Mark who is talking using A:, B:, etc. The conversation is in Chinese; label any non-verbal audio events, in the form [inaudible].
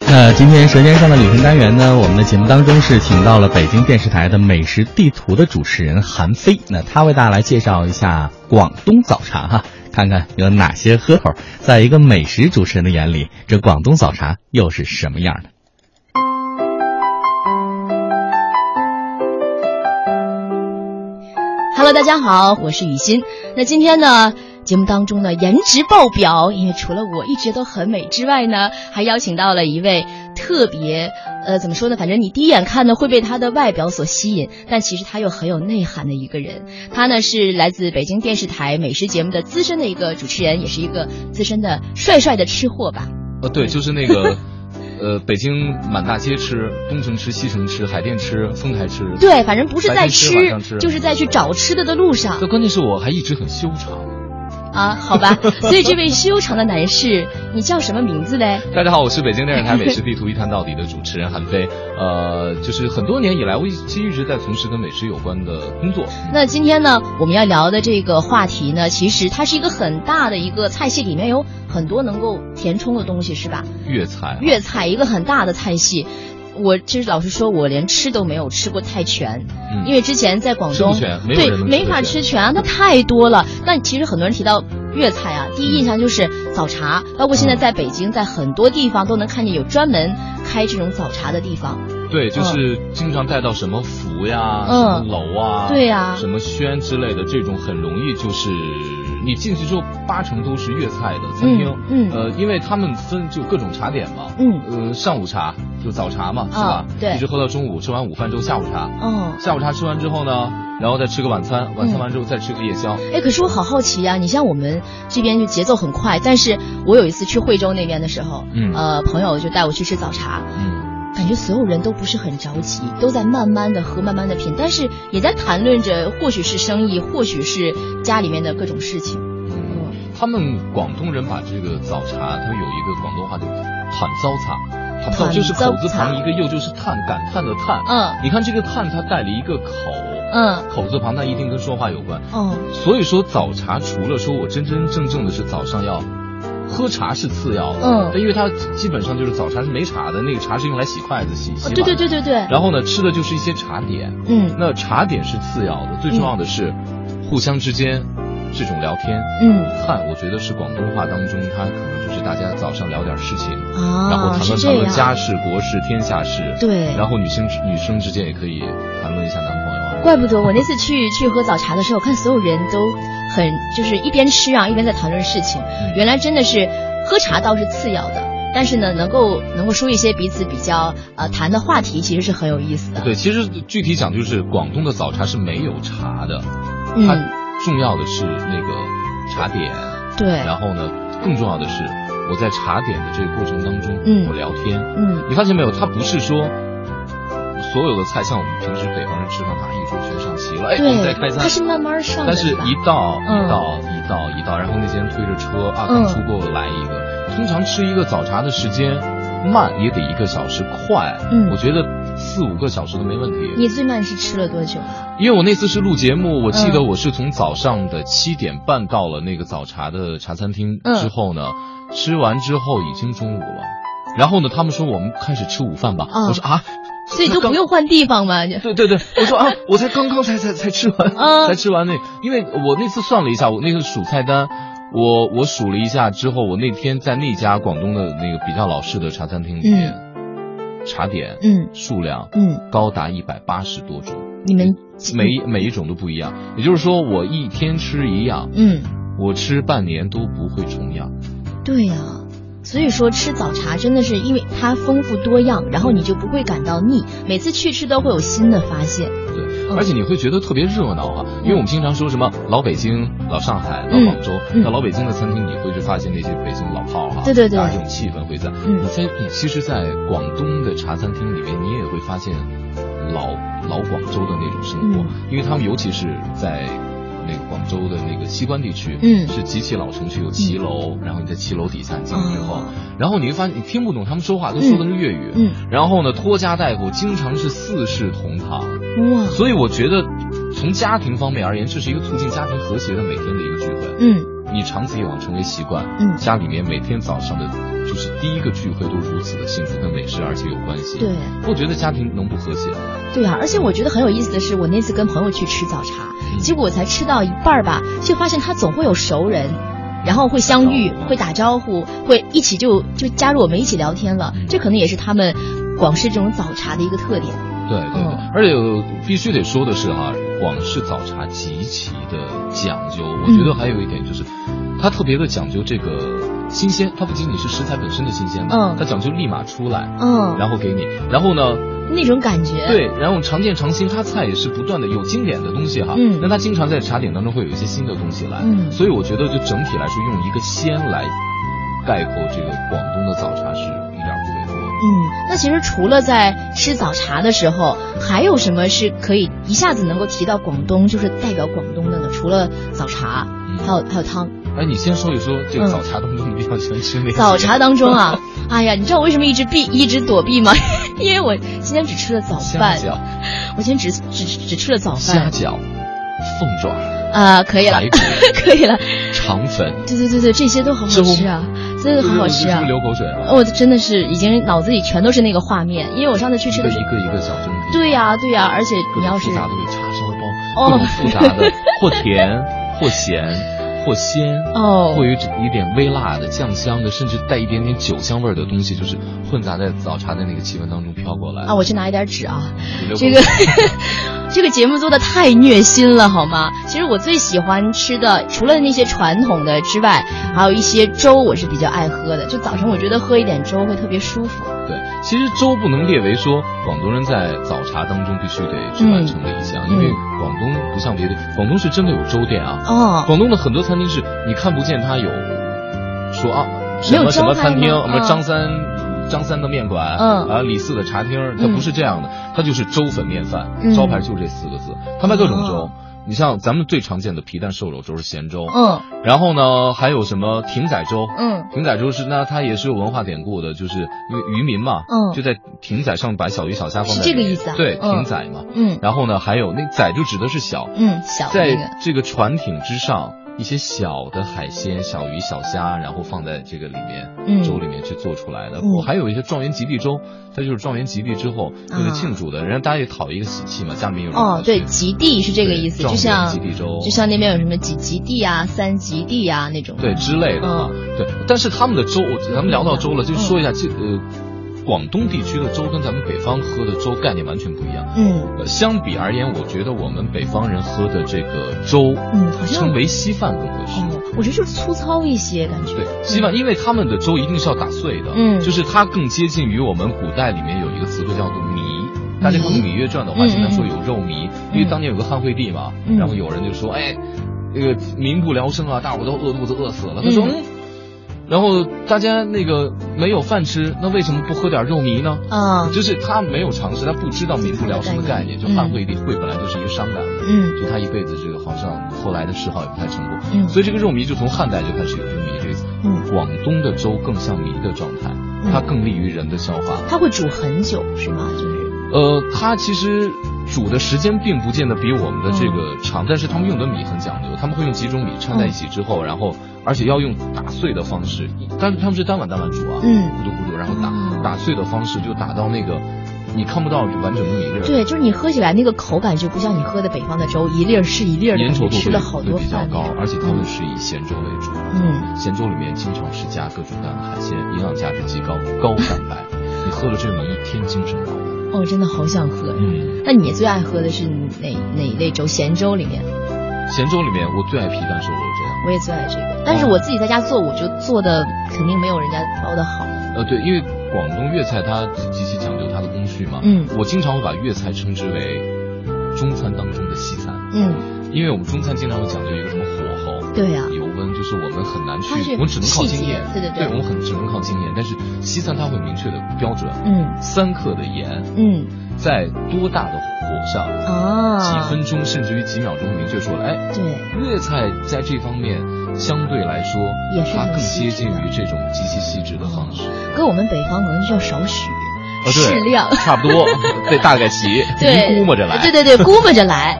A: 那呃今天《舌尖上的旅行》单元呢，我们的节目当中是请到了北京电视台的美食地图的主持人韩非，那他为大家来介绍一下广东早茶哈、看看有哪些喝口。在一个美食主持人的眼里，这广东早茶又是什么样的？
B: Hello，大家好，我是雨欣。那今天呢，节目当中呢，颜值爆表，因为除了我一直都很美之外呢，还邀请到了一位特别，呃，怎么说呢？反正你第一眼看呢会被他的外表所吸引，但其实他又很有内涵的一个人。他呢是来自北京电视台美食节目的资深的一个主持人，也是一个资深的帅帅的吃货吧。
C: 呃，对，就是那个，呃，北京满大街吃，东城吃，西城吃，海淀吃，丰台吃。
B: 对，反正不是
C: 白
B: 在
C: 天吃，晚上吃，
B: 就是在去找吃的的路上。
C: 但关键是我还一直很修长。
B: 啊，好吧，所以这位修长的男士，你叫什么名字嘞？
C: 大家好，我是北京电视台美食地图一探到底的主持人韩飞。呃，就是很多年以来，我一其实一直在从事跟美食有关的工作。
B: 那今天呢，我们要聊的这个话题呢，其实它是一个很大的一个菜系，里面有很多能够填充的东西，是吧？
C: 粤菜，
B: 粤菜一个很大的菜系，我其实老实说，我连吃都没有吃过太全，
C: 嗯
B: 因为之前在广
C: 吃不
B: 东，
C: 全没有
B: 对
C: 人能吃
B: 没
C: 得
B: 法
C: 全
B: 吃全啊，它太多了。但其实很多人提到粤菜啊，第一印象就是早茶，包括现在在北京，在很多地方都能看见有专门开这种早茶的地方。
C: 对，就是经常带到什么福呀、
B: 嗯
C: 什么楼啊、
B: 对呀
C: 什么轩之类的，这种很容易就是你进去之后，八成都是粤菜的餐厅。
B: 嗯嗯
C: 呃，因为他们分就各种茶点嘛。
B: 嗯
C: 呃，上午茶就早茶嘛，
B: 啊
C: 是吧？
B: 对
C: 一直喝到中午，吃完午饭之后下午茶。
B: 哦，
C: 下午茶吃完之后呢，然后再吃个晚餐，晚餐完之后再吃个夜宵。
B: 哎，可是我好好奇啊，你像我们这边就节奏很快，但是我有一次去惠州那边的时候，
C: 嗯
B: 呃，朋友就带我去吃早茶，
C: 嗯，
B: 感觉所有人都不是很着急，都在慢慢的喝，慢慢的品，但是也在谈论着，或许是生意，或许是家里面的各种事情。
C: 嗯他们广东人把这个早茶，它有一个广东话叫“坦糟茶”，坦糟就是口字旁一个又就是叹，感叹的叹。
B: 嗯
C: 你看这个叹，它带了一个口，
B: 嗯
C: 口字旁，它一定跟说话有关。
B: 哦
C: 所以说早茶除了说我真真正正的是早上要喝茶是次要的，
B: 嗯
C: 但因为它基本上就是早茶是没茶的，那个茶是用来洗筷子、洗洗碗。
B: 哦对对。对对对，
C: 然后呢，吃的就是一些茶点，
B: 嗯
C: 那茶点是次要的，最重要的是互相之间这种聊天。
B: 嗯
C: 看，我觉得是广东话当中，它可能就是大家早上聊点事情，然后
B: 啊，
C: 谈
B: 是
C: 论
B: 这
C: 谈论
B: 样，
C: 家事、国事、天下事，
B: 对。
C: 然后女生女生之间也可以谈论一下男朋友啊。
B: 怪不得我那次去去喝早茶的时候，我看所有人都很就是一边吃啊，一边在谈论事情。
C: 嗯
B: 原来真的是喝茶倒是次要的，但是呢，能够能够说一些彼此比较呃谈的话题，其实是很有意思的。
C: 对，其实具体讲就是广东的早茶是没有茶的，它
B: 嗯，
C: 重要的是那个茶点，
B: 对，
C: 然后呢，更重要的是我在茶点的这个过程当中，
B: 嗯
C: 我聊天，
B: 嗯，
C: 你发现没有，它不是说。所有的菜像我们平时北方人吃饭，拿一桌全上齐了，哎，我们再
B: 对
C: 开，餐。
B: 它是慢慢上的，
C: 但是
B: 吧
C: 一道
B: 嗯
C: 一道一道一道，然后那些人推着车啊，
B: 嗯
C: 刚出锅来一个。通常吃一个早茶的时间慢也得一个小时，快，
B: 嗯
C: 我觉得四五个小时都没问题。
B: 你最慢是吃了多久？啊
C: 因为我那次是录节目，我记得
B: 嗯
C: 我是从早上的七点半到了那个早茶的茶餐厅
B: 嗯
C: 之后呢，吃完之后已经中午了。然后呢，他们说我们开始吃午饭吧，
B: 嗯
C: 我说啊，
B: 所以
C: 那
B: 都
C: 刚
B: 不用换地方嘛，就
C: 对对对，我说啊，我才刚刚才才才吃完，
B: 嗯
C: 才吃完那，因为我那次算了一下，我那个数菜单，我我数了一下之后，我那天在那家广东的那个比较老式的茶餐厅里面，茶点
B: 嗯
C: 数量
B: 嗯，
C: 高达一百八十多种，
B: 你们
C: 每一每一种都不一样，也就是说我一天吃一样，
B: 嗯，
C: 我吃半年都不会重样。
B: 对呀、所以说吃早茶真的是因为它丰富多样，然后你就不会感到腻，每次去吃都会有新的发现。嗯
C: 对，而且你会觉得特别热闹哈、因为我们经常说什么老北京、老上海、老广州，
B: 嗯嗯
C: 那老北京的餐厅你会去发现那些北京老炮儿哈、
B: 对对对
C: 大家这种气氛会在。你
B: 嗯
C: 在你其实，在广东的茶餐厅里面，你也会发现老老广州的那种生活，
B: 嗯
C: 因为他们尤其是在。那个广州的那个西关地区，
B: 嗯
C: 是极其老城区，有骑楼，然后你在骑楼底下你进去之后
B: 哦，
C: 然后你会发现你听不懂他们说话，都说的是粤语，
B: 嗯，
C: 然后呢拖家带口，经常是四世同堂，
B: 哇，
C: 所以我觉得，从家庭方面而言，这是一个促进家庭和谐的每天的一个聚会。
B: 嗯
C: 你长此以往成为习惯，
B: 嗯
C: 家里面每天早上的就是第一个聚会都如此的幸福跟美食而且有关系。
B: 对，
C: 我觉得家庭能不和谐嗯吗？
B: 对啊，而且我觉得很有意思的是，我那次跟朋友去吃早茶，结果我才吃到一半儿吧，就发现他总会有熟人，然后会相遇，会打招呼，嗯会一起就就加入我们一起聊天了。这可能也是他们广式这种早茶的一个特点。
C: 对对对，
B: 嗯
C: 而且有必须得说的是哈、广式早茶极其的讲究。我觉得还有一点就是，它特别的讲究这个新鲜，它不仅仅是食材本身的新鲜，
B: 嗯
C: 它讲究立马出来，
B: 嗯，
C: 然后给你，然后呢，
B: 那种感觉。，
C: 对，然后常见常新，它菜也是不断的有经典的东西哈，
B: 嗯
C: 那它经常在茶点当中会有一些新的东西来，
B: 嗯
C: 所以我觉得就整体来说，用一个鲜来概括这个广东的早茶是一点儿不为过。
B: 嗯，那其实除了在吃早茶的时候，还有什么是可以一下子能够提到广东，就是代表广东的呢？除了早茶，还有还有汤。
C: 哎，你先说一说这个
B: 嗯
C: 早茶当中你比较喜欢吃哪些？
B: 早
C: [laughs]
B: 茶当中啊，哎呀，你知道我为什么一直避一直躲避吗？ [laughs] 因为我今天只吃了早
C: 虾
B: 饭，
C: 饺、
B: 我今天只只只吃了早
C: 虾
B: 饭。
C: 饺、凤爪、
B: 啊，可以了
C: 排，骨、
B: [laughs] 可以了。
C: 肠粉，
B: 对对对对，这些都好好吃啊，真的好好吃啊
C: 是不是！流口水了？
B: 我真的是已经脑子里全都是那个画面，因为我上次去吃
C: 一
B: 的
C: 个
B: 时
C: 一
B: 候，
C: 个一个小蒸饼。
B: 对呀、对呀、而且
C: 各种
B: 你要
C: 复
B: 是
C: 杂的味，叉烧包，
B: 哦
C: 各种复杂
B: [laughs]
C: 的，或甜或咸或鲜，
B: 哦
C: 或有一点微辣的酱香的，甚至带一点点酒香味儿的东西，就是混杂在早茶的那个气氛当中飘过来。
B: 啊，我去拿一点纸啊。
C: 流口水
B: 这个 [laughs] 这个节目做的太虐心了，好吗？其实我最喜欢吃的，除了那些传统的之外，还有一些粥，我是比较爱喝的。就早晨，我觉得喝一点粥会特别舒服。
C: 对，其实粥不能列为说广东人在早茶当中必须得去完成的一项，
B: 嗯
C: 因为广东不像别的，广东是真的有粥店啊。
B: 哦，
C: 广东的很多餐厅是你看不见它有说啊
B: 没
C: 什
B: 有
C: 么什么
B: 招牌
C: 餐厅，
B: 吗
C: 什么
B: 嗯
C: 张三张三的面馆，
B: 嗯
C: 啊李四的茶厅，它
B: 嗯
C: 不是这样的，它就是粥粉面饭，
B: 嗯
C: 招牌就这四个字，它卖各种粥
B: 哦。
C: 你像咱们最常见的皮蛋瘦肉粥是咸粥，
B: 嗯
C: 然后呢还有什么艇仔粥，
B: 嗯
C: 艇仔粥是那它也是有文化典故的，就是因为渔民嘛，
B: 嗯
C: 就在艇仔上把小鱼小虾放在
B: 是这个
C: 里面
B: 意思啊
C: 对，
B: 嗯
C: 艇仔嘛。
B: 嗯
C: 然后呢，还有那仔就指的是小，
B: 嗯，小的那
C: 在
B: 个，
C: 这个船艇之上，一些小的海鲜、小鱼、小虾，然后放在这个里面
B: 嗯
C: 粥里面去做出来的。
B: 嗯
C: 我还有一些状元及第粥，它就是状元及第之后就是庆祝的，然后大家也讨一个喜气嘛，家里面有人
B: 啊哦
C: 过，去
B: 对，极地是这个
C: 对
B: 意思，
C: 状
B: 就
C: 元
B: 像
C: 及第粥，
B: 就像那边有什么几极地啊、三极地啊那种。
C: 对之类的啊，
B: 嗯
C: 对。但是他们的粥，我咱们聊到粥了，就说一下这呃，
B: 嗯
C: 广东地区的粥跟咱们北方喝的粥概念完全不一样。
B: 嗯
C: 呃相比而言，我觉得我们北方人喝的这个粥，
B: 嗯好像
C: 称为稀饭更合适。
B: 哦，我觉得就是粗糙一些感觉。
C: 对，稀饭，因为他们的粥一定是要打碎的，
B: 嗯
C: 就是它更接近于我们古代里面有一个词汇叫做糜。大家看过《芈月传》的话，
B: 嗯
C: 经常说有肉糜，因为当年有个汉惠帝嘛，
B: 嗯
C: 然后有人就说，哎，那个民不聊生啊，大伙都饿肚子饿死了。他说，
B: 嗯
C: 嗯，然后大家那个没有饭吃，那为什么不喝点肉糜呢？
B: 啊
C: 就是他没有尝试，他不知道民不聊生的概念。就汉惠帝惠本来就是一个商人，
B: 嗯
C: 就他一辈子这个好像后来的嗜好也不太成功，
B: 嗯
C: 所以这个肉糜就从汉代就开始有这个糜这个词。
B: 嗯，
C: 广东的粥更像糜的状态，它更利于人的消化。
B: 它会煮很久是吗？就是
C: 呃，它其实煮的时间并不见得比我们的这个
B: 嗯
C: 长，但是他们用的米很讲究，他们会用几种米掺在一起之后，然后而且要用打碎的方式，但是他们是单碗单碗煮啊，
B: 嗯
C: 咕嘟咕嘟，然后打
B: 哦
C: 打碎的方式就打到那个你看不到完整的米粒儿。
B: 对，就是你喝起来那个口感就不像你喝的北方的粥，一粒儿是一粒儿的，
C: 粘
B: 感
C: 稠度
B: 觉吃
C: 会
B: 了好多
C: 会比较
B: 饭。
C: 高，而且他们是以咸粥为主。
B: 嗯，
C: 咸粥里面经常是加各种各样的海鲜，营养价值极高，高蛋白。你喝了这个，一天精神饱满。
B: 哦，真的好想喝。
C: 嗯，
B: 那你最爱喝的是哪哪一类粥？咸粥里面，
C: 咸粥里面我最爱皮蛋瘦肉粥。
B: 我也最爱这个。但是我自己在家做，我就做的肯定没有人家包的好。
C: 呃，对，因为广东粤菜它极其讲究它的工序嘛。
B: 嗯
C: 我经常会把粤菜称之为中餐当中的西餐，
B: 嗯，
C: 因为我们中餐经常会讲究一个什么火候。
B: 对呀、
C: 油温就是我们很难去
B: 它是，
C: 我们只能靠
B: 细节
C: 经验，
B: 对对对
C: 我们很只能靠经验。但是西餐它会有明确的标准，
B: 嗯
C: 三克的盐，
B: 嗯
C: 在多大的火上，
B: 啊，
C: 几分钟甚至于几秒钟明确说了，哎，
B: 对，
C: 粤菜在这方面相对来说
B: 也，是
C: 它
B: 很
C: 更
B: 细
C: 接
B: 致
C: 近
B: 的
C: 于这种极其细致的方式，
B: 跟我们北方可能需要少许，
C: 哦对
B: 适量。 [laughs]
C: 差不多，对，大概齐， [laughs]
B: 对，
C: 您估摸着来，
B: 对对对，估摸着来。